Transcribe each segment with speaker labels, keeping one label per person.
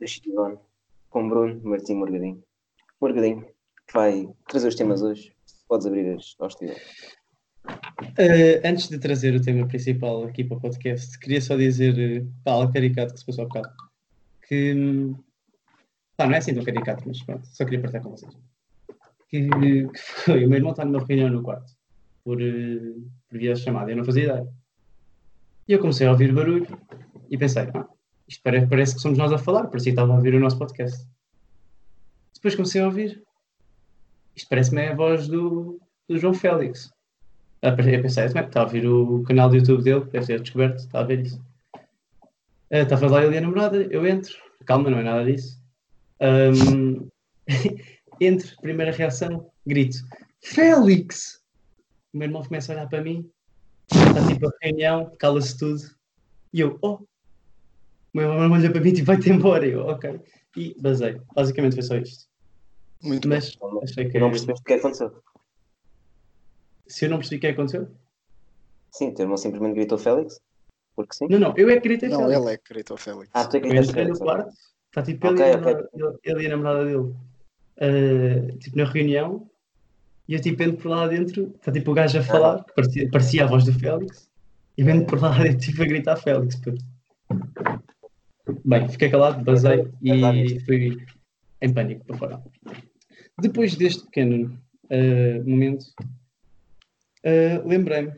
Speaker 1: Estivone com Bruno Martim Morgadinho. Morgadinho, que vai trazer os temas hoje. Podes abrir as hostilidades.
Speaker 2: Eh, antes de trazer o tema principal aqui para o podcast, queria só dizer, eh, pá, algo caricato que se passou há bocado, que, hum, pá, não é assim tão caricato, mas pronto, só queria partilhar com vocês. Que, que foi, o meu irmão está numa reunião no quarto, por, eh, por via chamada, eu não fazia ideia. E eu comecei a ouvir barulho e pensei, ah, isto parece, parece que somos nós a falar, parecia que estava a ouvir o nosso podcast. Depois comecei a ouvir, isto parece-me é a voz do- do João Félix. Eu pensei, como é que está a ouvir o canal do YouTube dele? Deve ter descoberto, está a ver isso. Eh, Está a falar ele e a namorada, eu entro. Calma, não é nada disso. Ahm, entro, primeira reação, grito. Félix! O meu irmão começa a olhar para mim, está tipo a reunião, cala-se tudo. E eu, oh! O meu irmão olha para mim e tipo, vai-te embora. Eu, ok. E basei. Basicamente foi só isto.
Speaker 3: Muito bem.
Speaker 2: Mas achei que...
Speaker 1: Não percebeste o que aconteceu.
Speaker 2: Se eu não percebi o que aconteceu?
Speaker 1: Sim, o teu irmão simplesmente gritou Félix. Porque sim.
Speaker 2: Não, não, eu é que gritei
Speaker 3: Não,
Speaker 2: Félix.
Speaker 3: ele é que gritou Félix.
Speaker 1: Ah, tu é que
Speaker 2: Eu
Speaker 1: gritaste
Speaker 2: entrei no
Speaker 1: Félix. ok.
Speaker 2: quarto, está tipo ele,
Speaker 1: Ok,
Speaker 2: e a
Speaker 1: ok.
Speaker 2: namorada- ele- ele e a namorada dele, ah, tipo na reunião, e eu tipo entro por lá dentro, está tipo o gajo
Speaker 1: Ah.
Speaker 2: a falar, que parecia, parecia a voz do Félix, e vendo por lá dentro tipo a gritar Félix. puto. Bem, fiquei calado, basei
Speaker 3: É
Speaker 2: e fui em pânico para fora. Depois deste pequeno ah, momento, ah, lembrei-me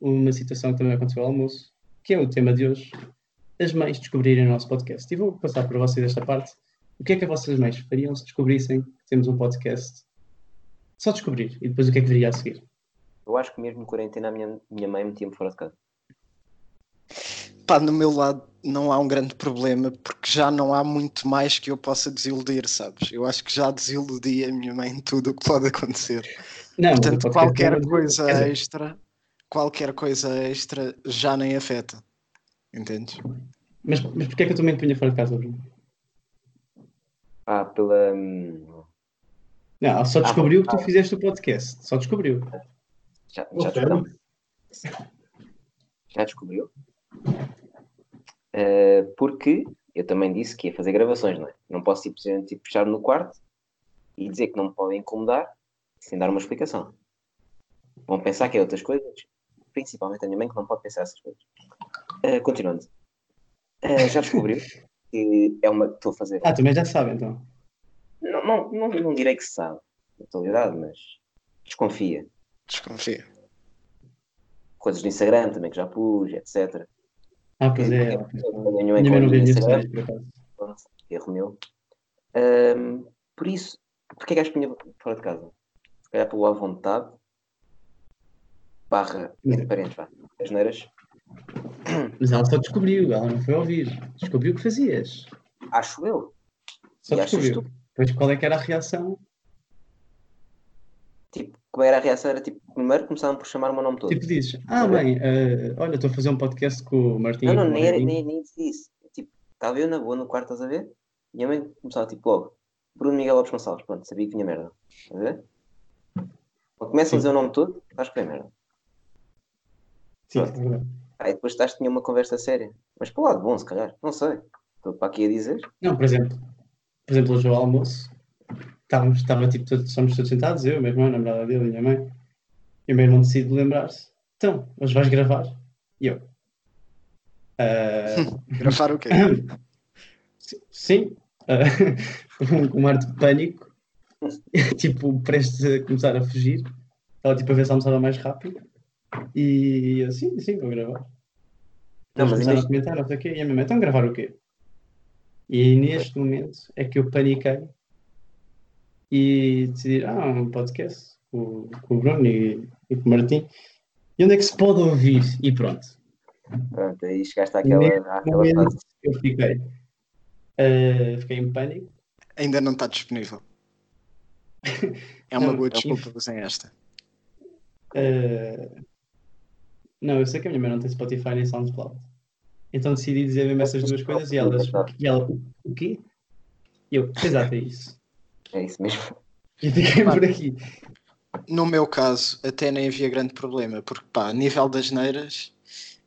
Speaker 2: uma situação que também aconteceu ao almoço, que é o tema de hoje, as mães descobrirem o nosso podcast. E vou passar para vocês esta parte. O que é que as vossas mães fariam se descobrissem que temos um podcast? Só descobrir. E depois o que é que viria a seguir?
Speaker 1: Eu acho que mesmo em quarentena a minha, minha mãe metia-me fora de casa.
Speaker 3: Pá, no meu lado não há um grande problema porque já não há muito mais que eu possa desiludir, sabes? Eu acho que já desiludi a minha mãe em tudo o que pode acontecer.
Speaker 2: Não, mas o
Speaker 3: Portanto,
Speaker 2: podcast
Speaker 3: qualquer
Speaker 2: não é-
Speaker 3: coisa
Speaker 2: quer dizer,
Speaker 3: extra, qualquer coisa extra já nem afeta. Entendes?
Speaker 2: Mas, mas porquê é que eu também te punha fora de casa, Bruno?
Speaker 1: Ah, pela. hum,
Speaker 2: Não, ela só
Speaker 1: Ah,
Speaker 2: descobriu que tu fizeste o podcast. Só descobriu.
Speaker 1: Já, já descobriu? Já descobriu? Eh, porque eu também disse que ia fazer gravações, não é? Não posso simplesmente tipo, fechar-me no quarto e dizer que não me podem incomodar sem dar uma explicação. Vão pensar que é outras coisas, principalmente a minha mãe que não pode pensar essas coisas. Eh, continuando. Eh, já descobriu que é uma que estou a fazer.
Speaker 2: Ah, também já sabe, então.
Speaker 1: Não, não, não, não direi que se sabe, na totalidade, mas desconfia.
Speaker 3: Desconfia.
Speaker 1: Coisas do Instagram também que já pus, etc.
Speaker 2: Ah, pois é.
Speaker 1: Eu
Speaker 2: ela.
Speaker 1: tenho
Speaker 2: Minha mãe não vê
Speaker 1: conta no
Speaker 2: as minhas
Speaker 1: Instagram,
Speaker 2: histórias, por acaso.
Speaker 1: pronto, erro meu. Ahm, por isso, porque é que acho que punha fora de casa? Se calhar pelo à vontade, barra,
Speaker 2: é
Speaker 1: entre parentes, vá, as neiras.
Speaker 2: Mas ela só descobriu. Ela não foi ouvir. Descobriu o que fazias.
Speaker 1: Acho eu.
Speaker 2: Só
Speaker 1: E acho
Speaker 2: descobriu.
Speaker 1: estúpido.
Speaker 2: Depois qual é que era a reação?
Speaker 1: Tipo, como era a reação? Era tipo, primeiro começavam por chamar o meu nome todo.
Speaker 2: Tipo, dizes, ah,
Speaker 1: Tá
Speaker 2: bem, eh, olha, estou a fazer um podcast com o Martim. e
Speaker 1: não, não,
Speaker 2: com o
Speaker 1: nem, era,
Speaker 2: Martim.
Speaker 1: nem, nem disse isso. Tipo, estava eu na boa no quarto, estás a ver? E a mãe começava tipo logo. Bruno Miguel Lopes Gonçalves, pronto, sabia que tinha merda. Estás a ver? Quando começam a dizer o nome todo, acho que é merda.
Speaker 2: Sim, é verdade.
Speaker 1: Aí depois estás tinha uma conversa séria. Mas para o lado bom, se calhar. Não sei. Estou para aqui a dizer.
Speaker 2: Não, por exemplo, por exemplo, hoje ao almoço, estávamos, estava tipo, todos, estamos todos sentados, eu, meu irmão, a namorada dele e a minha mãe, e o meu irmão decide lembrar-se, então, hoje vais gravar? E eu, "Ah,
Speaker 3: Gravar o quê?
Speaker 2: si- sim, ah, com- com um ar de pânico, tipo, prestes a começar a fugir, estava tipo a ver se almoçava mais rápido, e eu, sim, sim, vou gravar.
Speaker 1: Não, mas
Speaker 2: Eles começaram a
Speaker 1: imagina.
Speaker 2: comentar, não sei o quê, e a minha mãe, então gravar o quê? E neste momento é que eu paniquei e decidi, ah, um podcast com, com o Bruno e, e com o Martim. E onde é que se pode ouvir? E pronto,
Speaker 1: Pronto, aí chegaste àquela, àquela
Speaker 2: momento.
Speaker 1: fase.
Speaker 2: eu fiquei. ah, fiquei em pânico.
Speaker 3: Ainda não está disponível. É uma
Speaker 2: Não,
Speaker 3: boa
Speaker 2: é um pouco-
Speaker 3: desculpa, usem esta.
Speaker 2: ah, não, eu sei que a minha mãe não tem Spotify nem SoundCloud. Então decidi dizer mesmo essas duas coisas e elas, e ela, o quê? E eu, exato, é isso.
Speaker 1: É isso mesmo.
Speaker 2: E fiquei por aqui.
Speaker 3: No meu caso, até nem havia grande problema, porque pá, a nível das neiras,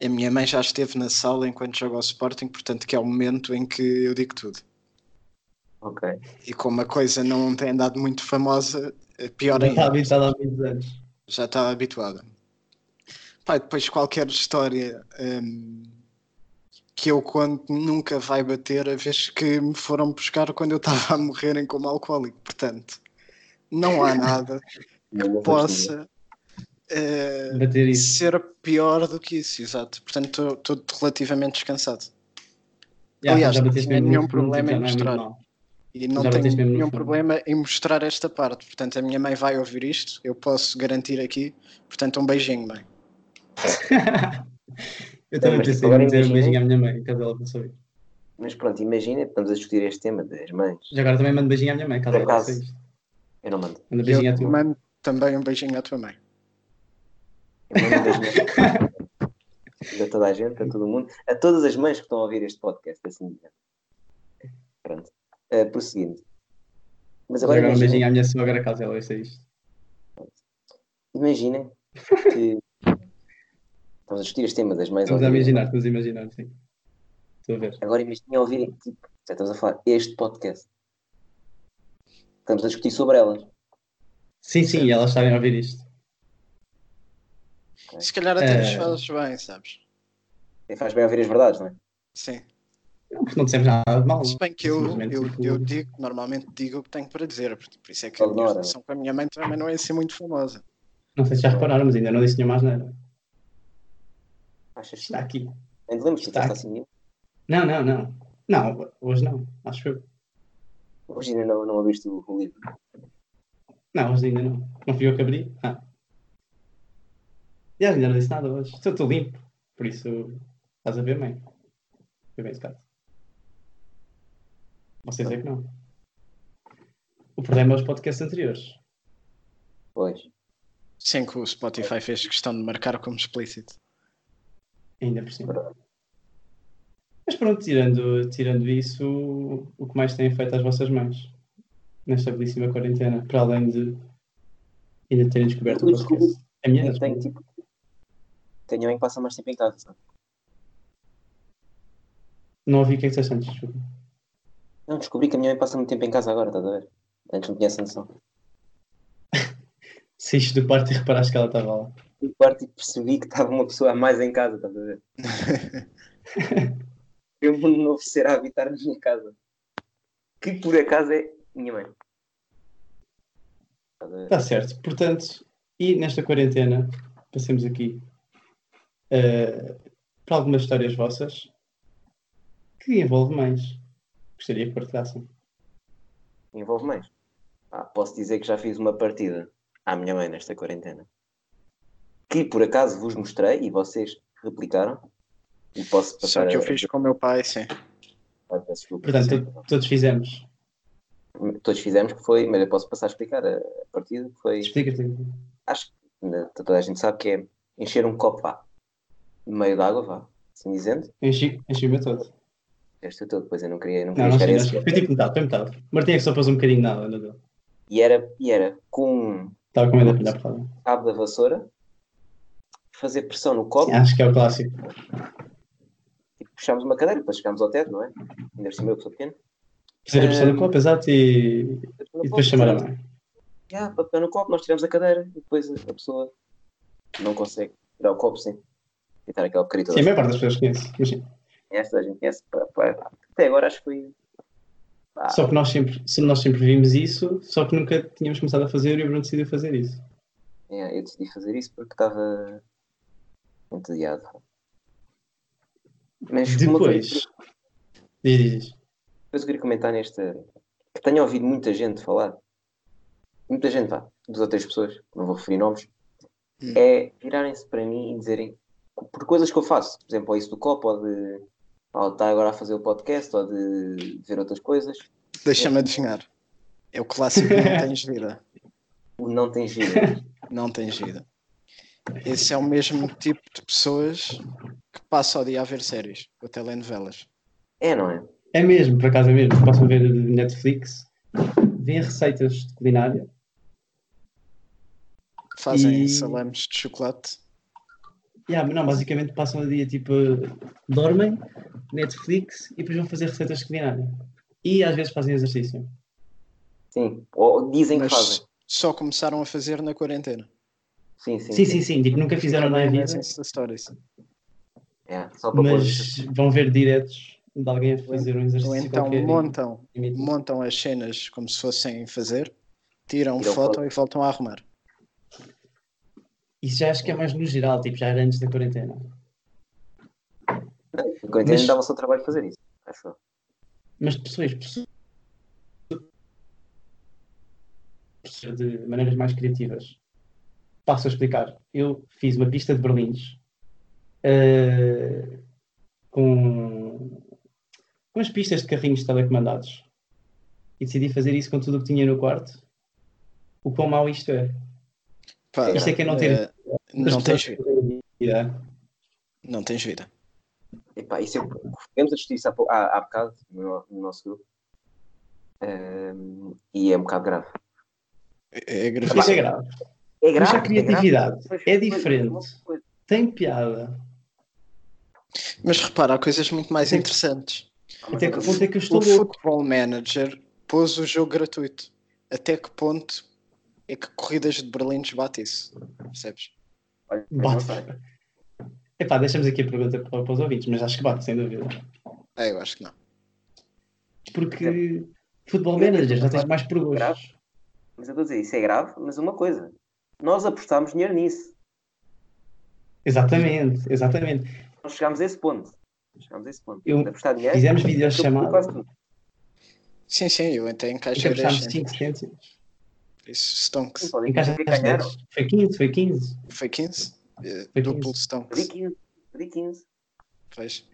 Speaker 3: a minha mãe já esteve na sala enquanto joga ao Sporting, portanto que é o momento em que eu digo tudo.
Speaker 1: Ok.
Speaker 3: E como a coisa não tem andado muito famosa, é pior
Speaker 2: Já está
Speaker 3: ainda.
Speaker 2: habitado há muitos anos.
Speaker 3: Já estava habituada. Pá, e depois qualquer história hum, que eu conto nunca vai bater a vez que me foram buscar quando eu estava a morrerem como alcoólico. Portanto, não há nada
Speaker 1: Não vou fazer.
Speaker 3: possa eh,
Speaker 2: Bater isso.
Speaker 3: ser pior do que isso, exato. Portanto, estou relativamente descansado.
Speaker 2: Já,
Speaker 3: aliás,
Speaker 2: já
Speaker 3: não
Speaker 2: bateste
Speaker 3: tinha
Speaker 2: mesmo
Speaker 3: nenhum
Speaker 2: no fundo,
Speaker 3: problema
Speaker 2: já não
Speaker 3: em
Speaker 2: é muito
Speaker 3: mostrar.
Speaker 2: mal.
Speaker 3: E não
Speaker 2: Já
Speaker 3: tenho
Speaker 2: bateste mesmo no
Speaker 3: nenhum
Speaker 2: fundo.
Speaker 3: problema em mostrar esta parte. Portanto, a minha mãe vai ouvir isto, eu posso garantir aqui. Portanto, um beijinho, mãe.
Speaker 2: Eu também
Speaker 3: É,
Speaker 1: mas
Speaker 2: pensei
Speaker 1: agora
Speaker 2: em dizer um
Speaker 1: imagina-
Speaker 2: beijinho à minha mãe, caso ela fosse ouvir.
Speaker 1: Mas pronto, imagina, estamos a discutir este tema das mães.
Speaker 2: Já agora também mando beijinho à minha mãe, caso
Speaker 1: Por
Speaker 2: ela
Speaker 1: acaso.
Speaker 2: faça isto.
Speaker 1: Eu não mando.
Speaker 2: Manda
Speaker 3: E
Speaker 2: Um beijinho à
Speaker 3: eu
Speaker 2: tua mãe.
Speaker 3: mando também um beijinho à tua mãe.
Speaker 1: Eu mando um beijinho a toda a gente, a todo mundo, a todas as mães que estão a ouvir este podcast, assim dizendo. Pronto. Eh, prosseguindo. Mas
Speaker 2: Já agora
Speaker 1: agora
Speaker 2: um beijinho
Speaker 1: imagina,
Speaker 2: à minha sogra, caso ela ouça isto.
Speaker 1: imagina que estamos a discutir este tema das mães.
Speaker 2: Estamos a
Speaker 1: ouvirem-
Speaker 2: imaginar, estamos a imaginar, sim. Estou a ver.
Speaker 1: Agora imaginem ouvirem, tipo, já estamos a falar este podcast. Estamos a discutir sobre elas.
Speaker 2: Sim, sim, e elas estarem a ouvir isto.
Speaker 3: Se calhar até
Speaker 2: Eh.
Speaker 3: nos fazes bem, sabes?
Speaker 1: E Faz bem ouvir as verdades, não é?
Speaker 3: Sim.
Speaker 2: Não, porque não é? dissemos nada de mal.
Speaker 3: Se bem que eu,
Speaker 2: Simplesmente,
Speaker 3: eu,
Speaker 2: tipo,
Speaker 3: eu digo, normalmente digo o que tenho para dizer. Por por isso é que a minha
Speaker 1: Adoro.
Speaker 3: relação com a minha mãe também não é assim muito famosa.
Speaker 2: Não sei se já repararam, mas ainda não disse nenhuma asneira.
Speaker 1: Achas que
Speaker 2: Está aqui.
Speaker 1: Ainda lembro que tu
Speaker 2: Está
Speaker 1: disseste
Speaker 2: aqui.
Speaker 1: assim nenhum?
Speaker 2: Não, não, não. Não, hoje não. Acho eu.
Speaker 1: Hoje ainda não, não ouviste o, o livro.
Speaker 2: Não, hoje ainda não. Não fui eu que abri? Ah. E ainda não disse nada hoje. Estou tudo limpo. Por isso, estás a ver, mãe? Foi bem educado. Vocês é que não. O problema é os podcasts anteriores.
Speaker 1: Pois.
Speaker 3: Sim, que o Spotify fez questão de marcar como explícito.
Speaker 2: Ainda por cima. Mas pronto, tirando, tirando isso, o que mais tem feito às vossas mães nesta belíssima quarentena, para além de ainda terem descoberto o
Speaker 1: Eu descobri-
Speaker 2: podcast? A minha
Speaker 1: Eu
Speaker 2: não.
Speaker 1: tenho tipo. Tenho alguém que passa mais tempo em casa, sabe?
Speaker 2: não ouvi o que é que disseste antes, desculpa.
Speaker 1: Não, descobri que a minha mãe passa muito tempo em casa agora, estás a ver? Antes não tinha essa noção.
Speaker 2: Saíste do parto e reparaste que ela estava lá.
Speaker 1: E quarto e percebi que estava uma pessoa a mais em casa, estás a ver? Eu um novo ser a habitar a minha casa. Que por acaso é minha mãe. Estás a ver?
Speaker 2: Está Tá certo. Portanto, e nesta quarentena, passemos aqui eh, para algumas histórias vossas que envolvem mães. Gostaria que partilhassem.
Speaker 1: Envolve mães. Ah, posso dizer que já fiz uma partida à minha mãe nesta quarentena. Que por acaso vos mostrei e vocês replicaram. E posso
Speaker 3: Só
Speaker 1: passar
Speaker 3: que eu
Speaker 1: a-
Speaker 3: fiz com o meu pai, sim.
Speaker 1: a- peço desculpa.
Speaker 2: Portanto,
Speaker 1: Sim.
Speaker 2: to- todos fizemos.
Speaker 1: todos fizemos que foi, mas eu posso passar a explicar a a partida que foi.
Speaker 2: Explica-te.
Speaker 1: acho que né, toda a gente sabe que é encher um copo, vá, no meio da água, vá, assim dizendo.
Speaker 2: Enchi, enchi o meu todo.
Speaker 1: Este todo, depois eu não queria, não
Speaker 2: Não,
Speaker 1: queria
Speaker 2: não
Speaker 1: chegar
Speaker 2: sei,
Speaker 1: a
Speaker 2: não
Speaker 1: esse
Speaker 2: sei.
Speaker 1: ponto.
Speaker 2: Foi tipo metade, foi metade. Martim é que só pôs um bocadinho nada, não deu.
Speaker 1: E era, e era com um
Speaker 2: Estava com medo de apanhar porrada.
Speaker 1: cabo da vassoura, fazer pressão no copo,
Speaker 2: Sim, Acho que é o clássico.
Speaker 1: e puxámos uma cadeira, depois chegámos ao teto, não é? Ainda por cima eu que sou pequeno.
Speaker 2: Fazer a pressão
Speaker 1: Ehm,
Speaker 2: do copo, exato, e, e depois chamar a mãe.
Speaker 1: Ah, para pegar no copo, nós tiramos a cadeira, e depois a a pessoa não consegue tirar o copo sem tentar aquela porcaria toda.
Speaker 2: Sim, a maior parte das pessoas conhece. Mas, sim.
Speaker 1: Esta a gente conhece. pá, pá. Até agora acho que foi. pá,
Speaker 2: Só que nós sempre, sim, nós sempre vimos isso, só que nunca tínhamos começado a fazer e o Bruno decidiu fazer isso.
Speaker 1: É, eu decidi fazer isso porque estava entediado. Mas é uma coisa
Speaker 2: Depois. Diz, diz, diz.
Speaker 1: que eu queria comentar nesta. que tenho ouvido muita gente falar, muita gente, vá, duas ou três pessoas, não vou referir nomes,
Speaker 3: Hum.
Speaker 1: é virarem-se para mim e dizerem por coisas que eu faço, por exemplo, ou isso do copo, ou de pá, ou estar agora a fazer o podcast, ou de ver outras coisas,
Speaker 3: Deixa-me adivinhar. É o clássico não tens vida.
Speaker 1: o não tem giro.
Speaker 3: Não tens vida. Esse é o mesmo tipo de pessoas que passa o dia a ver séries ou telenovelas.
Speaker 1: é, não é?
Speaker 2: É mesmo, por acaso é mesmo. Possam ver Netflix, vêem receitas de culinária.
Speaker 3: Fazem
Speaker 2: E-
Speaker 3: salames de chocolate.
Speaker 2: Yeah, mas ah, não, basicamente passam o dia tipo, dormem, Netflix e depois vão fazer receitas de culinária. e às vezes fazem exercício.
Speaker 1: Sim. Ou dizem que
Speaker 3: Mas
Speaker 1: fazem.
Speaker 3: só começaram a fazer na quarentena.
Speaker 1: Sim, sim.
Speaker 2: Sim, sim, sim, digo, nunca fizeram na vida,
Speaker 3: Essa história, sim.
Speaker 1: É, só para
Speaker 2: mas vão ver diretos de alguém a fazer um exercício
Speaker 3: Ou então
Speaker 2: qualquer. e
Speaker 3: montam,
Speaker 2: imitam.
Speaker 3: montam as cenas como se fossem fazer, tiram
Speaker 1: Tiram
Speaker 3: foto,
Speaker 1: foto.
Speaker 3: e voltam a arrumar.
Speaker 2: Isso já acho que é mais no geral, tipo, já era antes da quarentena.
Speaker 1: pôr. Quarentena
Speaker 2: mas-
Speaker 1: dava-se ao trabalho fazer isso. Acho eu.
Speaker 2: Mas pessoas, pessoas de maneiras mais criativas. Passo a explicar. Eu fiz uma pista de berlins eh, com, com as pistas de carrinhos telecomandados e decidi fazer isso com tudo o que tinha no quarto. O quão mau isto é.
Speaker 3: Pá,
Speaker 2: Isto é que é não ter-
Speaker 3: eh,
Speaker 2: As
Speaker 3: não
Speaker 2: pessoas
Speaker 3: tens vida.
Speaker 2: fazerem vida.
Speaker 3: Não tens vida.
Speaker 1: Epá, isso eu, fizemos a justiça há, pou- há, há bocado no, no- no nosso grupo. Ahm, e é um bocado grave.
Speaker 3: É, é
Speaker 2: Mas Isso é
Speaker 3: gravíssimo.
Speaker 2: grave.
Speaker 1: É
Speaker 2: Mas
Speaker 1: grave.
Speaker 2: a criatividade
Speaker 1: é, grave.
Speaker 2: é
Speaker 1: Pois, pois,
Speaker 2: diferente.
Speaker 1: pois.
Speaker 2: Tem piada.
Speaker 3: Mas repara, há coisas muito mais
Speaker 2: Sim.
Speaker 3: interessantes.
Speaker 2: Até que ponto é que eu estou
Speaker 3: O
Speaker 2: louco?
Speaker 3: Football Manager pôs o jogo gratuito. Até que ponto é que corridas de Berlim bate isso? Percebes?
Speaker 1: Olha, eu não
Speaker 2: Bate.
Speaker 1: sei.
Speaker 2: Epá, deixamos aqui a pergunta para, para os ouvintes, mas acho que bate, sem dúvida.
Speaker 3: É, eu acho que não.
Speaker 2: Porque futebol manager já tens mais perguntas.
Speaker 1: Mas eu estou a dizer, isso é grave, mas uma coisa. Nós apostámos dinheiro nisso.
Speaker 2: Exatamente, exatamente.
Speaker 1: Nós chegámos a esse ponto. Chegámos a esse ponto.
Speaker 2: Eu-
Speaker 1: De apostar dinheiro.
Speaker 2: Fizemos vídeos
Speaker 1: porque eu- eu
Speaker 2: chamados
Speaker 1: quase tudo.
Speaker 3: Sim, sim, eu até
Speaker 2: em que
Speaker 3: encaixei 10
Speaker 2: apostámos
Speaker 3: cêntimos.
Speaker 2: 5 cêntimos.
Speaker 3: Por Isso, Stonks.
Speaker 1: Sim, podem dizer que
Speaker 2: Encaixaste
Speaker 1: ganharam.
Speaker 2: 10. Foi 15, foi 15.
Speaker 3: Foi 15? Eh,
Speaker 2: Foi
Speaker 3: Duplo
Speaker 2: 15.
Speaker 1: Pedi
Speaker 3: Stonks.
Speaker 1: 15. Pedi 15.
Speaker 3: Pois.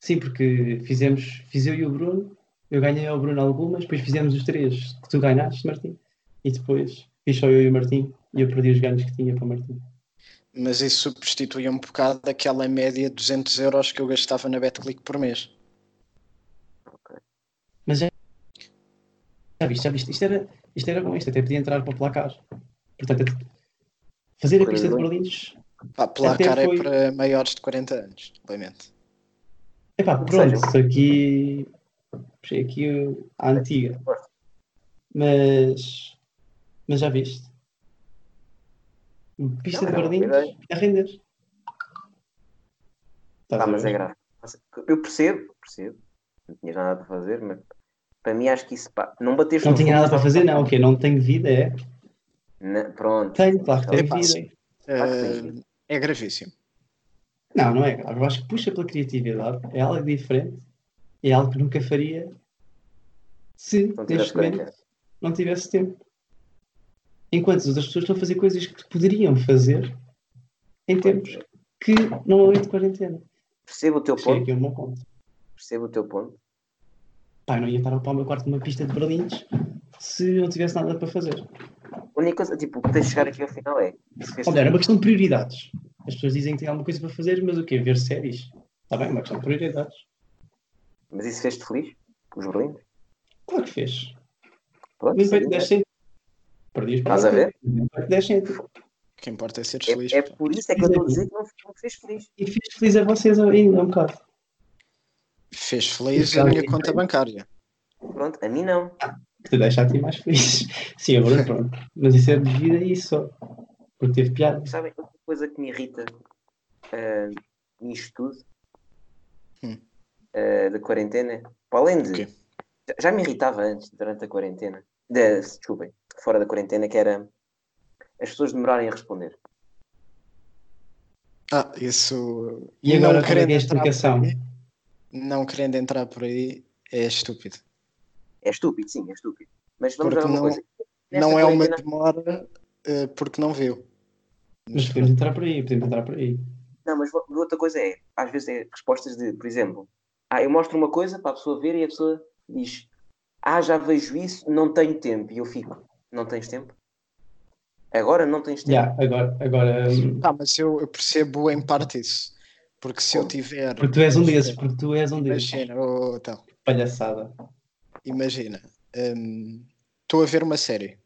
Speaker 2: Sim, porque fizemos, fiz eu e o Bruno, eu ganhei ao Bruno algumas, depois fizemos os três que tu ganhaste, Martim, e depois fiz só eu e o Martim, e eu perdi os ganhos que tinha para o Martim.
Speaker 3: Mas isso substituía um bocado daquela média de 200 euros que eu gastava na BetClick por mês.
Speaker 2: Já viste, já viste. Isto era, isto era bom, isto até podia entrar para o placar. Portanto, fazer a pista de Berlins,
Speaker 3: Pá, placar
Speaker 2: Até
Speaker 3: é
Speaker 2: foi-
Speaker 3: para maiores de 40 anos, lamento.
Speaker 2: Epá,
Speaker 1: Ou
Speaker 2: pronto,
Speaker 1: seja,
Speaker 2: estou aqui. Puxei aqui o- a antiga. Mas. Mas já viste? Pista
Speaker 1: Não,
Speaker 2: de
Speaker 1: era uma
Speaker 2: Berlim
Speaker 1: boa ideia.
Speaker 2: a render. Estás
Speaker 1: Pá,
Speaker 2: a
Speaker 1: mas
Speaker 2: ver?
Speaker 1: é grave. Eu percebo, percebo. Não tinha nada para fazer, mas para mim acho que isso pá, não bateste
Speaker 2: Não
Speaker 1: no
Speaker 2: tinha
Speaker 1: fundo,
Speaker 2: nada para fazer, não. O quê? Não tenho vida, é?
Speaker 1: Na- Né, pronto. Então,
Speaker 2: Tenho, claro que
Speaker 1: É
Speaker 2: tenho
Speaker 3: Epá, sim.
Speaker 2: vida.
Speaker 1: que então,
Speaker 3: Eh, é gravíssimo.
Speaker 2: Não, não é grave. Eu acho que puxa pela criatividade. É algo diferente. É algo que nunca faria se,
Speaker 1: Não tivesse
Speaker 2: neste momento,
Speaker 1: quarentena.
Speaker 2: não tivesse tempo. Enquanto as outras pessoas estão a fazer coisas que poderiam fazer em tempos que não houve de quarentena.
Speaker 1: Percebo o teu
Speaker 2: Achei
Speaker 1: ponto.
Speaker 2: aqui um bom ponto.
Speaker 1: Percebo o teu ponto.
Speaker 2: Pá, eu não ia estar a ocupar o meu quarto numa pista de berlindes se não tivesse nada para fazer.
Speaker 1: A única coisa, tipo, o que tens de chegar aqui ao final é. se fez-
Speaker 2: Olha, era uma questão de prioridades. As pessoas dizem que têm alguma coisa para fazer, mas o quê? Ver séries? Está bem, é uma questão de prioridades.
Speaker 1: Mas isso fez-te feliz? Os berlindos?
Speaker 2: Claro que fez.
Speaker 1: Pronto.
Speaker 2: Um impacto
Speaker 1: sim.
Speaker 2: de 10 cêntimos. Perdi os
Speaker 1: Estás a ver?
Speaker 2: Um impacto de 10 cêntimos.
Speaker 3: O que importa é ser feliz.
Speaker 1: É, é por isso é que eu estou a dizer que não não fez feliz.
Speaker 2: E fiz feliz a vocês ainda um bocado.
Speaker 3: Fez feliz a
Speaker 2: Claro.
Speaker 3: minha conta bancária.
Speaker 1: Pronto, a mim não.
Speaker 2: que te deixa a ti mais feliz. Sim, agora pronto. Mas isso é devido a isso só. Porque teve piada.
Speaker 1: Sabem, outra coisa que me irrita ah, nisto tudo,
Speaker 3: Hum.
Speaker 1: ah, da quarentena, para além de.
Speaker 3: O quê?
Speaker 1: já- Já me irritava antes, durante a quarentena, de, desculpem, fora da quarentena, que era as pessoas demorarem a responder.
Speaker 3: Ah, isso.
Speaker 2: E agora
Speaker 3: não
Speaker 2: como é
Speaker 3: querendo
Speaker 2: que é a
Speaker 3: entrar
Speaker 2: explicação?
Speaker 3: por aí- não querendo entrar por aí é estúpido.
Speaker 1: É estúpido, sim, é estúpido. Mas vamos
Speaker 3: Porque
Speaker 1: ver uma
Speaker 3: não-
Speaker 1: coisa. Nesta
Speaker 3: não é uma
Speaker 1: quarentena-
Speaker 3: demora eh, porque não viu.
Speaker 2: Mas podemos entrar por aí, podemos entrar por aí.
Speaker 1: Não, mas vo- outra coisa é, às vezes é respostas de, por exemplo, ah, eu mostro uma coisa para a pessoa ver e a pessoa diz, ah, já vejo isso, não tenho tempo. E eu fico, não tens tempo? Agora não tens tempo.
Speaker 2: Já, agora, agora. hum,
Speaker 3: Ah, mas eu, eu percebo em parte isso. Porque se eu tiver.
Speaker 2: Porque tu és um desses, porque tu és um desses.
Speaker 3: Imagina, oh, então,
Speaker 2: Palhaçada.
Speaker 3: imagina. hum, Estou a ver uma série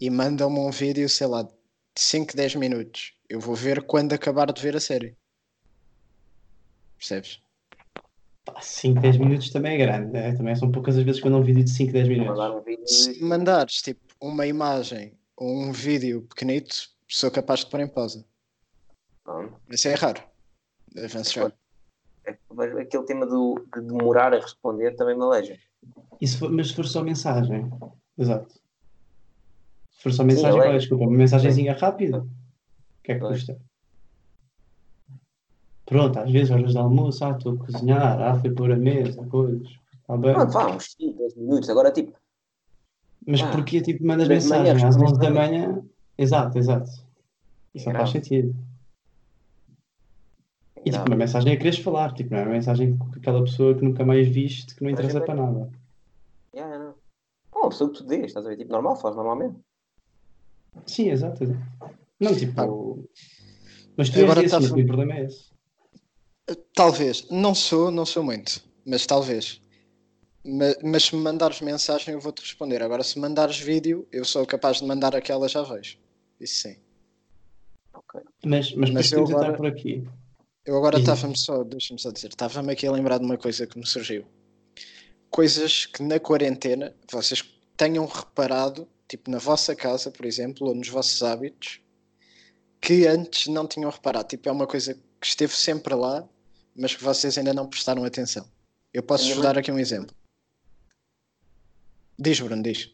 Speaker 3: e mandam-me um vídeo, sei lá, de 5, 10 minutos. Eu vou ver quando acabar de ver a série. Percebes?
Speaker 2: Pá, 5, 10 minutos também é grande, né? Também são poucas as vezes que eu não vídeo de 5, 10
Speaker 1: Mandar
Speaker 2: minutos.
Speaker 1: um vídeo.
Speaker 3: Se mandares tipo uma imagem ou um vídeo pequenito, sou capaz de pôr em pausa.
Speaker 1: Pronto.
Speaker 3: Isso é raro. Advanced Round.
Speaker 1: Mas Aquele tema do, de demorar a responder também me aleja.
Speaker 2: E se for- mas se for só mensagem, exato. Se for só
Speaker 1: Sim,
Speaker 2: mensagem,
Speaker 1: eu-
Speaker 2: olha, desculpa, uma mensagenzinha rápida, o que é que
Speaker 1: Eu-
Speaker 2: custa? Pronto, às vezes horas de almoço, ah, estou a cozinhar, ah, fui pôr a mesa, coisas, está bem.
Speaker 1: Pronto, vá, uns 5, 10 minutos. Agora, tipo,
Speaker 2: Mas
Speaker 1: Ah,
Speaker 2: porque tipo, mandas
Speaker 1: das
Speaker 2: mensagem
Speaker 1: manhãs,
Speaker 2: às
Speaker 1: também
Speaker 2: 11 da
Speaker 1: está
Speaker 2: manhã? Exato, exato. Isso não
Speaker 1: Grave.
Speaker 2: faz sentido. E tipo,
Speaker 1: grave.
Speaker 2: uma mensagem é que queres falar, tipo, não é uma mensagem com aquela pessoa que nunca mais viste, que não
Speaker 1: Mas é
Speaker 2: interessa
Speaker 1: bem-
Speaker 2: para nada.
Speaker 1: Yeah, yeah, não. Bom, sou que tu dês, estás a ver? Tipo, normal, faz normalmente.
Speaker 2: Sim, exato, exato. Não,
Speaker 1: Ah.
Speaker 2: tipo. Mas tu
Speaker 3: Agora
Speaker 2: és
Speaker 1: tá
Speaker 2: esse,
Speaker 3: estás-
Speaker 2: mas o meu problema é esse.
Speaker 3: Talvez. Não sou, não sou muito, mas talvez. Ma- Mas, se me mandares mensagem, eu vou-te responder. Agora, se mandares vídeo, eu sou capaz de mandar aquela, já vejo. Isso sim.
Speaker 1: Ok.
Speaker 2: Mas, mas,
Speaker 3: Mas
Speaker 2: depois
Speaker 3: eu
Speaker 2: podemos entrar
Speaker 3: agora-
Speaker 2: por aqui.
Speaker 3: Eu agora
Speaker 2: Diz.
Speaker 3: estava-me só, deixa-me só dizer, estava-me aqui a lembrar de uma coisa que me surgiu. Coisas que na quarentena vocês tenham reparado, tipo na vossa casa, por exemplo, ou nos vossos hábitos, que antes não tinham reparado. Tipo, é uma coisa que esteve sempre lá, mas que vocês ainda não prestaram atenção. Eu posso
Speaker 1: Minha
Speaker 3: vos
Speaker 1: mãe-
Speaker 3: dar aqui um exemplo. Diz, Bruno, diz.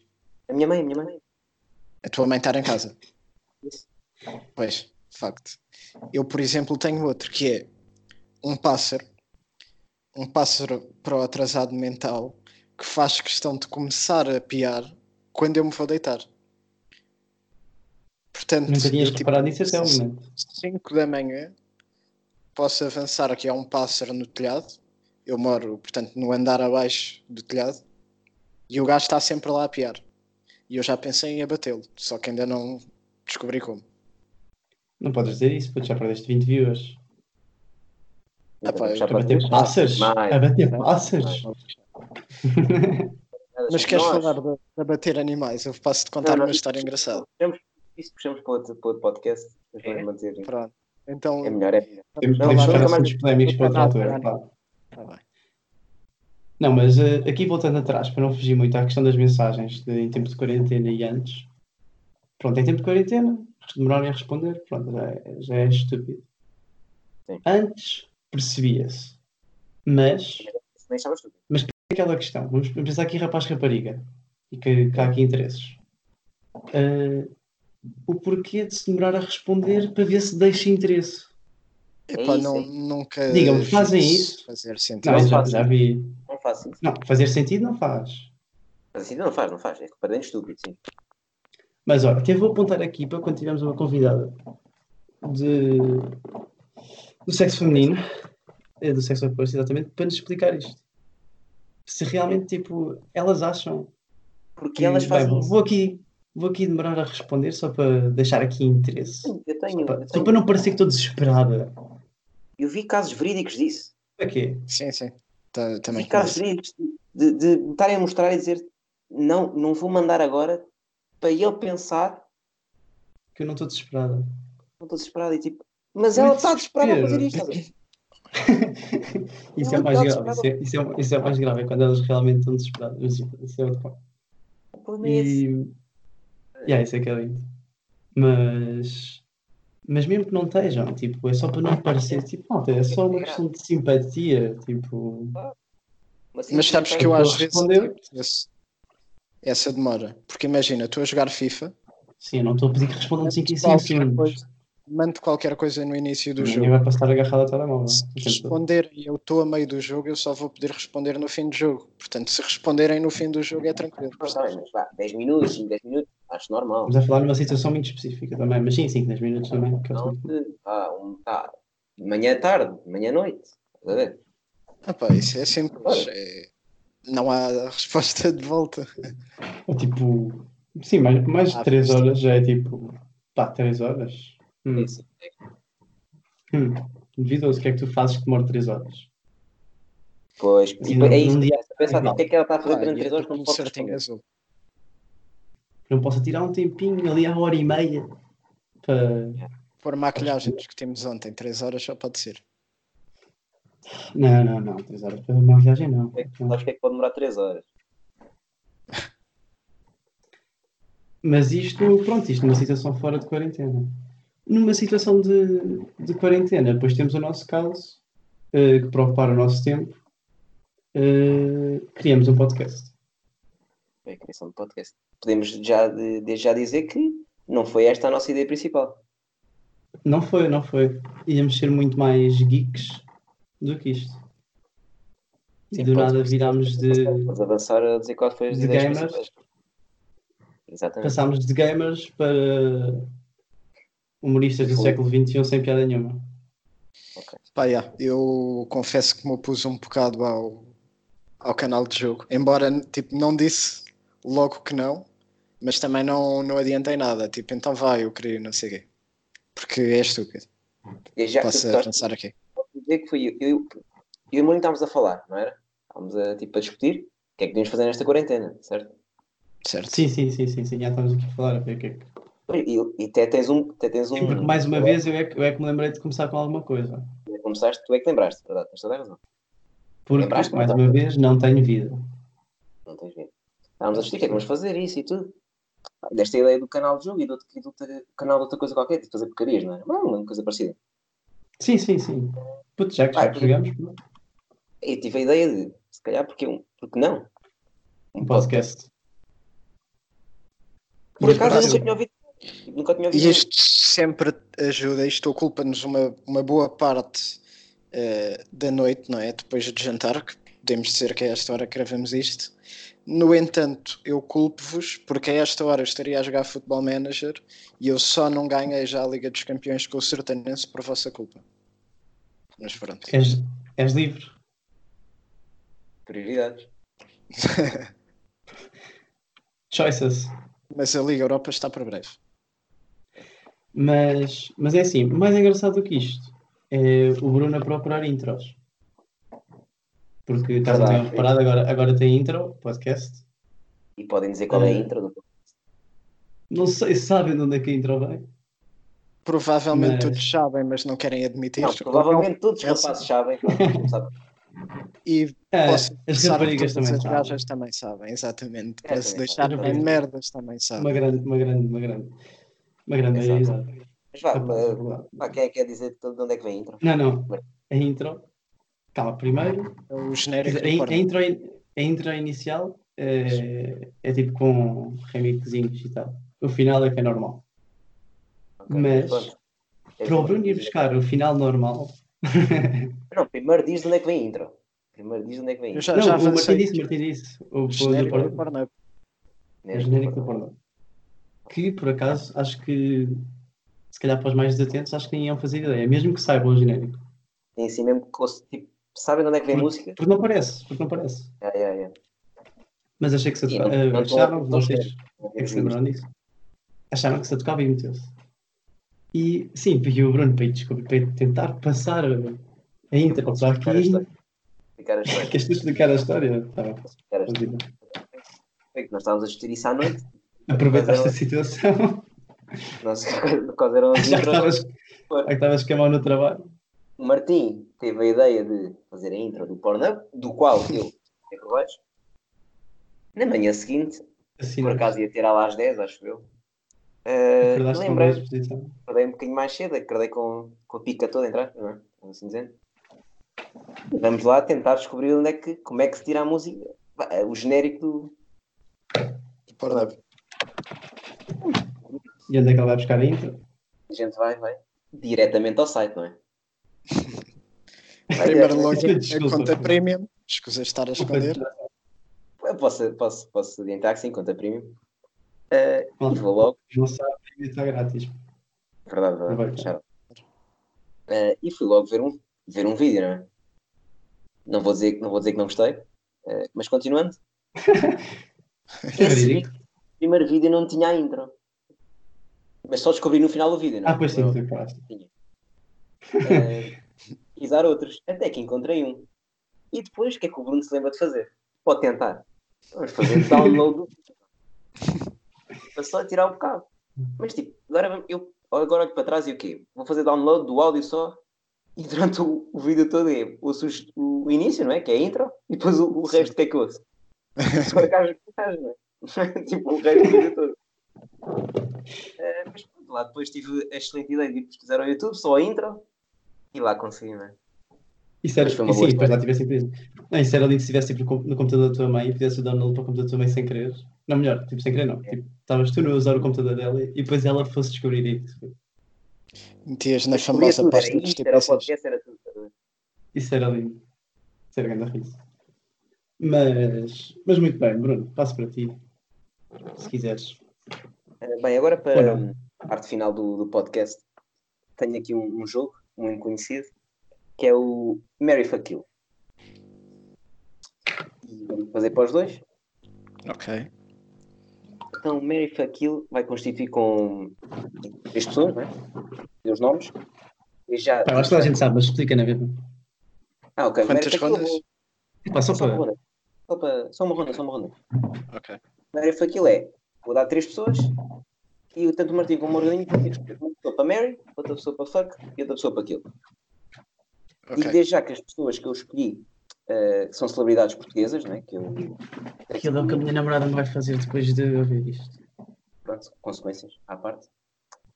Speaker 1: A minha mãe, a minha mãe.
Speaker 3: A tua mãe estar em casa.
Speaker 1: Isso.
Speaker 3: Pois, de facto. Eu, por exemplo, tenho outro que é um pássaro, um pássaro para o atrasado mental que faz questão de começar a piar quando eu me vou deitar. Portanto,
Speaker 2: Nunca tinhas
Speaker 3: eu, tipo,
Speaker 2: reparado nisso até o momento.
Speaker 3: 5 da manhã, posso avançar aqui a um pássaro no telhado. Eu moro, portanto, no andar abaixo do telhado. E o gajo está sempre lá a piar. E eu já pensei em abatê-lo, só que ainda não descobri como.
Speaker 2: Não podes dizer isso, puto, já perdeste 20 views.
Speaker 3: Ah, pá,
Speaker 1: Então,
Speaker 3: eu
Speaker 1: Já
Speaker 2: A bater
Speaker 1: bateu.
Speaker 2: pássaros!
Speaker 1: Mais.
Speaker 2: A bater pássaros!
Speaker 3: Mas queres
Speaker 1: Nós-
Speaker 3: falar de, de abater animais? Eu passo-te contar
Speaker 1: Não, não,
Speaker 3: uma
Speaker 1: isso-
Speaker 3: história engraçada.
Speaker 1: Puxamos, isso puxamos para outro, para outro podcast. Mas
Speaker 2: É?
Speaker 1: vamos manter.
Speaker 3: Pronto. Então,
Speaker 1: É melhor, é melhor.
Speaker 2: Temos que
Speaker 1: Não,
Speaker 2: deixar
Speaker 1: nunca mais-
Speaker 2: assuntos polémicos para outra
Speaker 3: nunca
Speaker 2: altura,
Speaker 3: mais-
Speaker 2: claro.
Speaker 3: tá bem.
Speaker 2: Não, mas eh, aqui voltando atrás, para não fugir muito à questão das mensagens de- em tempo de quarentena e antes. Pronto, em tempo de quarentena, demorarem a responder, pronto, já é, já é estúpido.
Speaker 1: Sim.
Speaker 2: Antes percebia-se. Mas,
Speaker 1: Isso Nem sabes tudo.
Speaker 2: é aquela questão, vamos pensar aqui rapaz rapariga e que, que há aqui interesses. Eh, o porquê de se demorar a responder para ver se deixa interesse.
Speaker 3: Epá,
Speaker 1: isso,
Speaker 3: não,
Speaker 1: é.
Speaker 3: nunca.
Speaker 2: Digam-me,
Speaker 3: vi
Speaker 2: fazem isso?
Speaker 3: Fazer sentido.
Speaker 2: Não,
Speaker 1: Não
Speaker 2: já,
Speaker 1: faz.
Speaker 2: já vi.
Speaker 1: Não faço isso.
Speaker 2: Não, fazer sentido não faz.
Speaker 1: Mas assim não faz, não faz. É completamente estúpido, sim.
Speaker 2: Mas olha, até vou apontar aqui para quando tivermos uma convidada de... do sexo feminino, eh, do sexo oposto, exatamente, para nos explicar isto. Se realmente, tipo, elas acham
Speaker 1: Porque
Speaker 2: que
Speaker 1: elas fazem
Speaker 2: bem,
Speaker 1: isso.
Speaker 2: vou aqui, vou aqui demorar a responder só para deixar aqui interesse.
Speaker 1: Sim, Eu tenho,
Speaker 2: Só para,
Speaker 1: eu,
Speaker 2: só
Speaker 1: tenho-
Speaker 2: para não parecer que estou desesperada. é
Speaker 1: eu vi casos verídicos disso.
Speaker 2: Para quê?
Speaker 3: Sim, sim. Ta- também
Speaker 1: vi casos
Speaker 3: conheço.
Speaker 1: verídicos de, de me estarem a mostrar e dizer não, não vou mandar agora para ele pensar
Speaker 2: Que eu não estou desesperada.
Speaker 1: não estou desesperado e tipo, mas
Speaker 2: Mas
Speaker 1: ela está desesperada a
Speaker 2: desespero.
Speaker 1: fazer isto. estás a ver?
Speaker 2: Isso
Speaker 1: Não,
Speaker 2: é mais
Speaker 1: não,
Speaker 2: grave. Isso é, isso, é, isso é mais grave, é quando elas realmente estão desesperadas. Mas isso isso é outro ponto.
Speaker 1: O problema é esse.
Speaker 2: E. Yeah, isso é que é lindo. Mas. Mas mesmo que não estejam, tipo, é só para não parecer, tipo, malta, é só uma questão de simpatia, tipo.
Speaker 1: sim,
Speaker 3: Mas
Speaker 1: sim,
Speaker 3: sabes
Speaker 1: tem-
Speaker 3: É que eu
Speaker 2: Ela
Speaker 3: às vezes.
Speaker 2: respondeu.
Speaker 3: esse- essa demora. Porque imagina, estou a jogar FIFA,
Speaker 2: Sim, eu não estou a pedir que respondam de 5 em 5
Speaker 3: Qualquer
Speaker 2: segundos.
Speaker 3: coisa mando qualquer coisa no início do
Speaker 2: Ninguém
Speaker 3: jogo.
Speaker 2: vai passar agarrado ao telemóvel.
Speaker 3: Se
Speaker 2: o tempo todo.
Speaker 3: responder e eu estou a meio do jogo, eu só vou poder responder no fim do jogo. Portanto, se responderem no fim do jogo é tranquilo.
Speaker 1: Não, tá bem, mas vá, 10 minutos, 5, 10 minutos, acho normal.
Speaker 2: Estamos a falar numa situação muito específica também, mas sim, 5, 10 minutos também. que é o
Speaker 1: Não,
Speaker 2: tempo.
Speaker 1: de- ah, um, ah, manhã à tarde, manhã à noite. Estás a ver?
Speaker 3: Ah, pá, isso é simples. é- Não há resposta de volta.
Speaker 2: Ou tipo, sim, mais, mais de
Speaker 3: Ah,
Speaker 2: 3
Speaker 3: pois.
Speaker 2: horas já é tipo, pá, 3 horas? Hum.
Speaker 1: Sim, sim.
Speaker 2: Hum. Duvidoso, o que é que tu fazes que demora 3 horas?
Speaker 1: Pois, tipo,
Speaker 2: não-
Speaker 1: é
Speaker 2: não
Speaker 1: isso.
Speaker 2: dia-
Speaker 1: Pensar
Speaker 2: não.
Speaker 1: tipo, o que é que ela está a fazer
Speaker 3: Ah,
Speaker 1: durante
Speaker 3: e
Speaker 1: 3
Speaker 3: eu
Speaker 1: horas
Speaker 3: tô
Speaker 1: não
Speaker 3: com
Speaker 1: pode
Speaker 3: certinho
Speaker 1: responder.
Speaker 3: azul.
Speaker 2: Não posso tirar um tempinho ali à hora e meia para.
Speaker 3: Por maquilhagens que temos ontem, 3 horas só pode ser.
Speaker 2: Não, não, não. Três horas para uma viagem, não.
Speaker 1: É que- Sabes que é que pode demorar 3 horas? tipo,
Speaker 2: Mas isto, pronto, isto numa situação fora de quarentena. Numa situação de, de quarentena, depois temos o nosso caso, eh, que para ocupar o nosso tempo, eh, criamos um podcast.
Speaker 1: É a criação de podcast. Podemos já, de- de- já dizer que não foi esta a nossa ideia principal.
Speaker 2: Não foi, não foi. Íamos ser muito mais geeks do que isto. E
Speaker 1: Sim,
Speaker 2: do
Speaker 1: pode-
Speaker 2: nada virámos de.
Speaker 1: Vamos avançar a dizer qual foi as
Speaker 2: de
Speaker 1: ideias
Speaker 2: gamers.
Speaker 1: principais. Exatamente.
Speaker 2: Passámos de gamers para humoristas do
Speaker 1: Foi.
Speaker 2: século XXI sem piada nenhuma.
Speaker 3: Pá, yeah, eu confesso que me opus um bocado ao, ao canal de jogo. Embora, tipo, não disse logo que não, mas também não, não adiantei nada. Tipo, então vai, eu queria não sei o quê. Porque é estúpido.
Speaker 1: E já que
Speaker 3: Posso
Speaker 1: tu tocaste
Speaker 3: avançar aqui.
Speaker 1: dizer que fui eu, eu, eu e o Mourinho estávamos a falar, não era? Estávamos a, tipo, a discutir o que é que devíamos fazer nesta quarentena, certo?
Speaker 3: Certo?
Speaker 2: Sim, sim, sim, sim, sim. Já estamos aqui a falar a ver o que é que.
Speaker 1: E, e até tens um. Até tens um
Speaker 2: Sim, porque mais uma vez eu é, que, eu é que me lembrei de começar com alguma coisa.
Speaker 1: Começaste, tu é que lembraste, verdade? Tens toda a razão.
Speaker 2: Porque,
Speaker 1: Lembraste?
Speaker 2: mais uma vez, não tenho vida.
Speaker 1: Não tens vindo. Estávamos a discutir o que é que vamos fazer, isso e tudo. Ah, Desta ideia do canal de jogo e do, e do outra- canal de outra coisa qualquer, de fazer porcarias, não é? Não, uma coisa parecida.
Speaker 2: Sim, sim, sim. Puto, já que
Speaker 1: Ah,
Speaker 2: já que
Speaker 1: sim.
Speaker 2: jogamos,
Speaker 1: E tive a ideia de, se calhar, porque, um- porque não?
Speaker 2: um podcast.
Speaker 1: Por acaso eu
Speaker 3: Mas-
Speaker 1: nunca tinha ouvido. Nunca tinha ouvido.
Speaker 3: E isto sempre ajuda, isto ocupa-nos uma, uma boa parte eh, da noite, não é? Depois de jantar, que podemos dizer que é esta hora que gravamos isto. No entanto, eu culpo-vos, porque a esta hora eu estaria a jogar Football Manager e eu só não ganhei já a Liga dos Campeões com o Sertanense por vossa culpa. Mas pronto.
Speaker 2: És, és livre.
Speaker 1: Prioridades.
Speaker 2: Choices.
Speaker 3: Mas a Liga Europa está para breve.
Speaker 2: Mas, mas é assim, mais engraçado do que isto é o Bruno a procurar intros. Porque caso não tenham
Speaker 1: Verdade.
Speaker 2: reparado, agora, agora tem intro, podcast.
Speaker 1: E podem dizer qual é a
Speaker 2: Ah.
Speaker 3: Eh,
Speaker 1: intro do
Speaker 2: Não sei se sabem de onde é que a intro vem.
Speaker 3: Provavelmente
Speaker 2: Mas-
Speaker 3: todos sabem, mas não querem admitir.
Speaker 1: Não, provavelmente todos os
Speaker 3: é Essa-
Speaker 1: rapazes sabem. não sabem.
Speaker 3: E
Speaker 2: Ah,
Speaker 3: Posso
Speaker 2: as
Speaker 3: Sabe,
Speaker 2: raparigas
Speaker 3: todas
Speaker 2: também
Speaker 3: As
Speaker 2: sabem.
Speaker 3: gajas também sabem, exatamente.
Speaker 1: É,
Speaker 3: Para
Speaker 1: também
Speaker 3: se
Speaker 1: sabem.
Speaker 3: deixarem
Speaker 2: Também
Speaker 3: de
Speaker 2: sabem.
Speaker 3: merdas também
Speaker 2: Uma
Speaker 3: sabem.
Speaker 2: grande, uma grande, uma grande. Uma grande
Speaker 1: Exato. Ah,
Speaker 2: maioria.
Speaker 1: Mas vá,
Speaker 2: Rapazes,
Speaker 1: pá,
Speaker 2: verdade.
Speaker 1: pá, quem é que quer dizer de onde é que vem a intro?
Speaker 2: Não, não. A intro. Calma, primeiro.
Speaker 3: É O
Speaker 2: Quer
Speaker 3: genérico
Speaker 2: dizer,
Speaker 3: do
Speaker 2: A,
Speaker 3: porno.
Speaker 2: a intro, a intro inicial é, é tipo com remixinhos e tal. O final é que é normal.
Speaker 1: Ok,
Speaker 2: Mas,
Speaker 1: pronto. É
Speaker 2: Para o
Speaker 1: isso.
Speaker 2: Bruno ir buscar o final normal.
Speaker 1: Não, primeiro diz de onde é que vem a intro. Primeiro diz de onde é que vem a
Speaker 3: Eu
Speaker 1: intro.
Speaker 3: já,
Speaker 2: Não,
Speaker 3: já
Speaker 2: o Martim
Speaker 3: avancei.
Speaker 2: disse, o Martim disse. O, o
Speaker 3: O
Speaker 2: do
Speaker 3: genérico do
Speaker 2: Pornhub.
Speaker 3: porno.
Speaker 2: O genérico do Pornhub. Que, por acaso, acho que, se calhar para os mais atentos, acho que nem iam fazer ideia. Mesmo que saibam o genérico.
Speaker 1: Tem assim mesmo que cons- tipo, sabem de onde é que vem a música?
Speaker 2: Porque não parece, porque não parece.
Speaker 1: Ah, ah, ah.
Speaker 2: Mas achei que se
Speaker 1: Sim,
Speaker 2: atuca-
Speaker 1: não-
Speaker 2: ah,
Speaker 1: não estou a-
Speaker 2: acharam,
Speaker 1: não estou a-
Speaker 2: vocês é que se lembraram disso. Acharam que se tocava e meteu-se. E sim, pediu o Bruno para, ir descobrir- para ir tentar passar a, a intro para aqui.
Speaker 1: Explicar a história. Explicar a história.
Speaker 2: Queres tu explicar a história? Tá bem,
Speaker 1: Explicar a história.
Speaker 2: continua.
Speaker 1: É que Nós estávamos a discutir isso à noite.
Speaker 2: Aproveitaste a situação.
Speaker 1: Nós, quais eram as
Speaker 2: Já que
Speaker 1: intros?
Speaker 2: estavas, já que estavas queimado no trabalho.
Speaker 1: O Martim teve a ideia de fazer a intro do Pornhub, do qual eu é que vais. Na manhã seguinte,
Speaker 2: Assim,
Speaker 1: por acaso ia tirar lá às 10, acho eu.
Speaker 2: É
Speaker 1: Eh,
Speaker 2: acordaste com uma
Speaker 1: lembrei,
Speaker 2: boa disposição.
Speaker 1: acordei um bocadinho mais cedo, acordei com, com a pica toda, entrar, não é? Vamos assim dizendo. Vamos lá tentar descobrir onde é que, como é que se tira a música, Bah, eh, o genérico do.
Speaker 3: do porno.
Speaker 2: E onde é que ele vai buscar a intro?
Speaker 1: A gente vai, vai diretamente ao site, não é? Vai
Speaker 3: Primeiro
Speaker 1: diretamente.
Speaker 3: login é
Speaker 2: Desculpa.
Speaker 3: conta premium. Escusa de estar a esconder.
Speaker 1: Eu Posso, posso, posso adiantar que sim, conta premium. Eh, e vou logo.
Speaker 2: Não sabe, está grátis.
Speaker 1: Verdade, verdade.
Speaker 2: Aproveita.
Speaker 1: Charles. Eh, e fui logo ver um, ver um vídeo, não é? Não vou dizer, não vou dizer que não gostei, eh, mas continuando.
Speaker 2: É
Speaker 1: Esse
Speaker 2: verídico.
Speaker 1: vídeo, o primeiro vídeo não tinha a intro. Mas só descobri no final do vídeo, não é?
Speaker 2: Ah, pois sim,
Speaker 1: Não.
Speaker 2: tu falaste.
Speaker 1: Eh, e dar outros. Até que encontrei um. E depois, o que é que o Bruno se lembra de fazer? Pode tentar. Vamos fazer um download. do- Para só tirar um bocado. Mas tipo, agora vamos- eu agora olho para trás e o quê? Vou fazer download do áudio só E durante o, o vídeo todo eu ouço os- o, início, não é? Que é a intro, e depois o, o resto que é que eu ouço. Se for a casa que estás, não é? tipo, o resto do vídeo todo. Eh, mas pronto, lá depois tive a excelente ideia de ir pesquisar ao YouTube, só a intro, e lá consegui, não é?
Speaker 2: Isso era,
Speaker 1: Mas foi uma
Speaker 2: e sim,
Speaker 1: boa
Speaker 2: depois lá
Speaker 1: história.
Speaker 2: tivesse incrível. Não, isso era lindo se estivesse tipo, no com- no computador da tua mãe e fizesse o download para o computador da tua mãe sem querer. Não, melhor, tipo, sem querer não. Tipo, estavas tu a usar o computador dela e depois ela fosse descobrir isso.
Speaker 3: Metias na
Speaker 1: Mas
Speaker 2: Então,
Speaker 1: escolhia
Speaker 3: famosa
Speaker 1: tudo,
Speaker 3: pasta
Speaker 1: um era
Speaker 3: dos
Speaker 1: isto, era o
Speaker 3: tipos.
Speaker 1: podcast, era tudo. estás a ver?
Speaker 2: Isso era lindo. Isso era grande riso. Mas, mas muito bem, Bruno, passo para ti. Se quiseres.
Speaker 1: Eh, Bem, agora para
Speaker 2: Ou não.
Speaker 1: a parte final do, do podcast, tenho aqui um, um jogo muito conhecido, que é o Mary Fuck You. E vamos fazer para os dois.
Speaker 3: Ok.
Speaker 1: Então, Mary Fuck You vai constituir com três pessoas, não é? Os nomes. E já...
Speaker 2: Pá, eu acho que toda a gente sabe, mas explica na mesma.
Speaker 1: Ah, ok.
Speaker 3: Quantas
Speaker 1: Mary Fuck You,
Speaker 3: rondas?
Speaker 1: vou-
Speaker 2: Pá, só
Speaker 1: Só uma
Speaker 2: para.
Speaker 1: ronda. Só para- Só uma ronda, só uma ronda.
Speaker 3: Ok.
Speaker 1: Mary Faquil é, vou dar três pessoas e tanto o Martim como o Morgadinho vão ter que escolher uma pessoa para Mary, outra pessoa para Fuck e outra pessoa para aquilo. E
Speaker 3: Ok.
Speaker 1: desde já que as pessoas que eu escolhi eh, são celebridades portuguesas, né? que eu
Speaker 2: Aquilo é o que a minha namorada me vai fazer depois de ouvir isto.
Speaker 1: pronto, consequências à parte,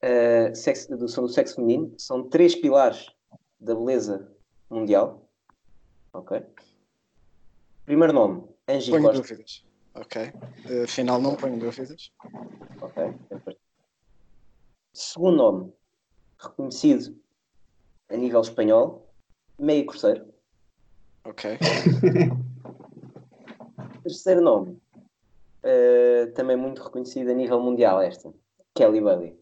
Speaker 1: Eh, sexo- do, são do sexo feminino, são três pilares da beleza mundial. Ok? Primeiro nome, Angie
Speaker 3: Ponho
Speaker 1: Costa.
Speaker 3: dúvidas. Ok. Eh, Afinal, não ponho dúvidas.
Speaker 1: Ok. Segundo nome, reconhecido a nível espanhol, meio corseiro.
Speaker 3: Ok.
Speaker 1: Terceiro nome, eh, também muito reconhecido a nível mundial, esta, Kelly Bailey.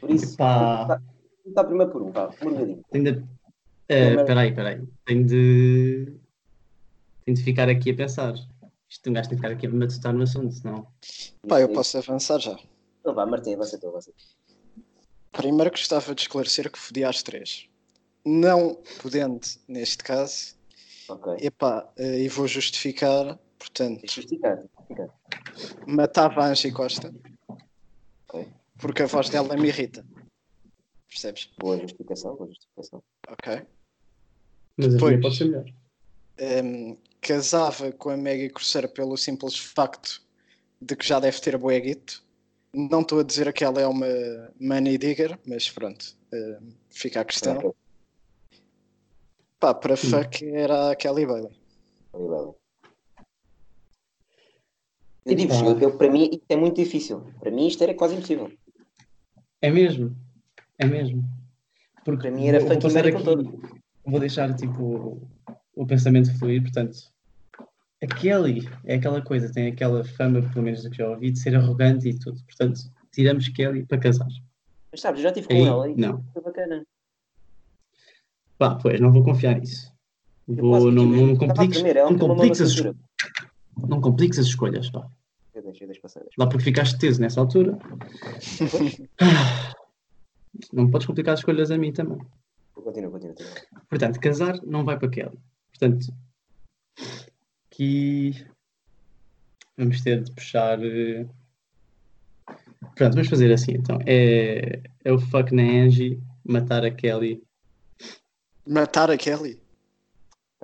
Speaker 1: Por isso,
Speaker 2: Epá.
Speaker 1: está, está primeiro por um, vá, um bocadinho.
Speaker 2: Tenho de. Eh,
Speaker 1: Primeiro-
Speaker 2: peraí, peraí. Tenho de. Tenho de ficar aqui a pensar. Isto um gajo tem de ficar aqui a matutar no assunto, senão.
Speaker 3: Pá, eu posso avançar já.
Speaker 1: Então vá, é- Martim, avança tu, avança tu.
Speaker 3: Primeiro gostava de esclarecer que fodi às três. Não podendo, neste caso,
Speaker 1: Ok.
Speaker 3: epá, eh, e vou justificar, portanto,
Speaker 1: Tens de justificar, justificar.
Speaker 3: matava a Angie Costa
Speaker 1: Ok.
Speaker 3: porque a voz dela me irrita. Percebes?
Speaker 1: Boa justificação, boa justificação.
Speaker 3: Ok.
Speaker 2: Mas a minha
Speaker 3: Pois.
Speaker 2: pode ser melhor.
Speaker 3: Em, Ehm, casava com a Maggie Cruzeiro pelo simples facto de que já deve ter boeguito. Não estou a dizer que ela é uma money digger, mas pronto, em, fica a questão.
Speaker 1: Ok,
Speaker 3: Pá, para
Speaker 2: Sim.
Speaker 3: fuck era a Kelly Bailey.
Speaker 1: Kelly Bailey. Eu digo,
Speaker 2: Epá.
Speaker 1: eu, eu- para mim isto é muito difícil. Para mim isto era quase impossível.
Speaker 2: É mesmo. É mesmo. Porque
Speaker 1: Para mim era
Speaker 2: vou, vou
Speaker 1: fucking
Speaker 2: passar
Speaker 1: Mary com
Speaker 2: aqui.
Speaker 1: todo.
Speaker 2: Vou deixar tipo o- o pensamento fluir, portanto. A Kelly é aquela coisa, tem aquela fama, pelo menos do que já ouvi, de ser arrogante e tudo. Portanto, tiramos Kelly para casar.
Speaker 1: Mas sabes, eu já estive com
Speaker 2: Aí,
Speaker 1: ela e
Speaker 2: não.
Speaker 1: foi bacana.
Speaker 2: Pá, pois, não vou confiar nisso.
Speaker 1: Eu
Speaker 2: Vou-
Speaker 1: quase
Speaker 2: não,
Speaker 1: que-
Speaker 2: não
Speaker 1: estava a
Speaker 2: compliques,
Speaker 1: tremer, ela
Speaker 2: não
Speaker 1: tem uma mão
Speaker 2: compliques
Speaker 1: na
Speaker 2: as,
Speaker 1: cintura.
Speaker 2: não compliques as escolhas, pá.
Speaker 1: Eu deixo, eu deixo passar. deixa
Speaker 2: Lá porque ficaste teso nessa altura. Ah, Não podes complicar as escolhas a mim também.
Speaker 1: passar. Continua, continua. continua.
Speaker 2: Portanto, casar não vai para Kelly. Portanto, aqui vamos ter de puxar. eh, Pronto, vamos fazer assim então. É, é o fuck na Angie, matar a Kelly.
Speaker 3: Matar a Kelly?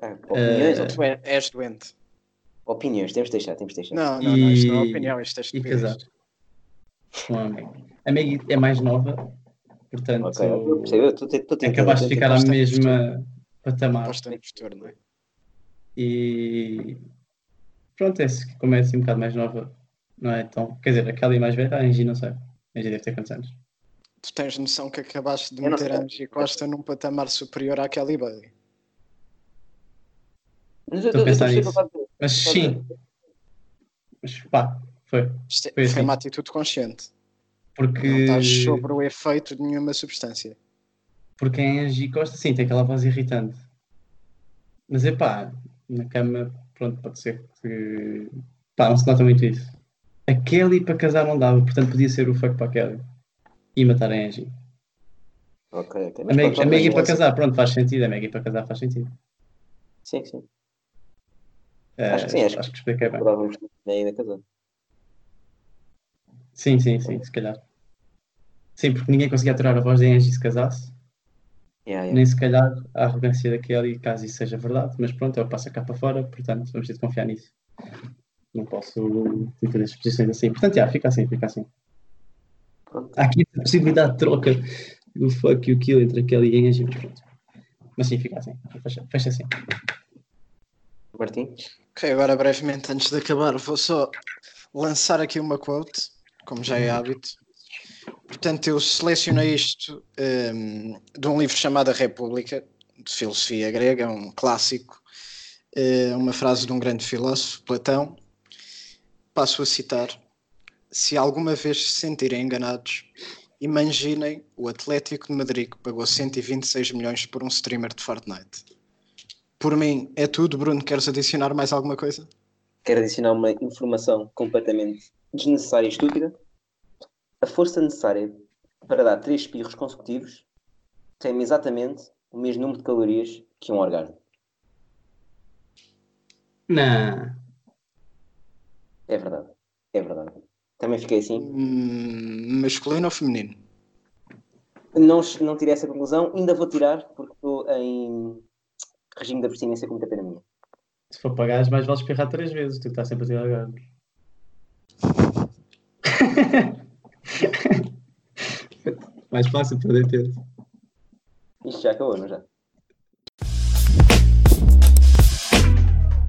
Speaker 1: Ah, opiniões,
Speaker 2: Eh,
Speaker 1: op-
Speaker 3: Tu é- és doente.
Speaker 1: opiniões, temos de deixar, temos de deixar.
Speaker 3: Não, não, não, isto não é
Speaker 2: E-
Speaker 3: opinião, isto é
Speaker 2: e
Speaker 3: estupidez.
Speaker 2: casar com a Maggie. Tipo um A Maggie é mais nova, portanto,
Speaker 1: Ok, eu percebo, eu estou a tentar.
Speaker 2: acabaste de ficar à
Speaker 3: Bastante
Speaker 2: mesma patamar.
Speaker 3: Aposta no futuro, não é?
Speaker 2: E pronto, esse que como é assim um bocado mais nova, não é tão. Quer dizer, aquela e mais velha, a Angie não sei. A Angie deve ter quantos anos?
Speaker 3: Tu tens noção que acabaste de
Speaker 1: Eu não
Speaker 3: meter
Speaker 1: sei.
Speaker 3: a Angie Costa num patamar superior à Kelly Bailey.
Speaker 1: Mas eu
Speaker 2: Estou a
Speaker 1: eu- eu
Speaker 2: pensar
Speaker 1: percebo
Speaker 2: nisso.
Speaker 1: a parte-
Speaker 2: Mas sim, mas pá, foi.
Speaker 3: Isto é-
Speaker 2: Foi
Speaker 3: foi
Speaker 2: assim.
Speaker 3: uma atitude consciente. Não
Speaker 2: Porque,
Speaker 3: estás sobre o efeito de nenhuma substância.
Speaker 2: porque a Angie Costa, sim, tem aquela voz irritante. Mas é pá, na cama, pronto, pode ser que. pá, não se nota muito isso. A Kelly para casar não dava, portanto podia ser o fuck para a Kelly e matar a Angie.
Speaker 1: Ok, ok.
Speaker 2: A
Speaker 1: Mas
Speaker 2: Maggie,
Speaker 1: pronto,
Speaker 2: a Maggie para
Speaker 1: mas-
Speaker 2: casar, pronto, faz sentido. A Maggie para casar faz sentido.
Speaker 1: Sim, sim.
Speaker 2: Eh,
Speaker 1: Acho que sim, acho que-
Speaker 2: que expliquei bem.
Speaker 1: Podávamos ter ainda casado.
Speaker 2: Sim, sim, sim, se calhar. Sim, porque ninguém conseguia aturar a voz de Angie se casasse.
Speaker 1: Yeah, yeah.
Speaker 2: Nem se calhar a arrogância da Kelly, caso isso seja verdade, mas pronto, eu passo a cá para fora, portanto vamos ter de confiar nisso. Não posso ter as posições assim. Portanto, já, fica assim, fica assim.
Speaker 1: Pronto.
Speaker 2: Há aqui a possibilidade de troca do fuck e o kill entre a Kelly e a Angie, mas pronto. Mas sim, fica assim. Fecha, fecha assim.
Speaker 1: Martim?
Speaker 3: Ok, agora brevemente, antes de acabar, vou só lançar aqui uma quote, como já é hábito. Portanto, eu selecionei isto ehm, de um livro chamado A República, de filosofia grega, um clássico, eh, uma frase de um grande filósofo, Platão. Passo a citar: Se alguma vez se sentirem enganados, imaginem o Atlético de Madrid que pagou 126 milhões por um streamer de Fortnite. Por mim, é tudo. Bruno, queres adicionar mais alguma coisa?
Speaker 1: Quero adicionar uma informação completamente desnecessária e estúpida. A força necessária para dar três espirros consecutivos tem exatamente o mesmo número de calorias que um orgasmo.
Speaker 2: Não.
Speaker 1: É verdade. É verdade. Também fiquei assim.
Speaker 3: Hum, masculino ou feminino?
Speaker 1: Não, não tirei essa conclusão, ainda vou tirar, porque estou em regime de abstinência com muita pena minha.
Speaker 2: Se for pagares, mais vale espirrar três vezes, tu que estás sempre a tirar gargos. mais fácil perder tempo.
Speaker 1: Isto já acabou, não já?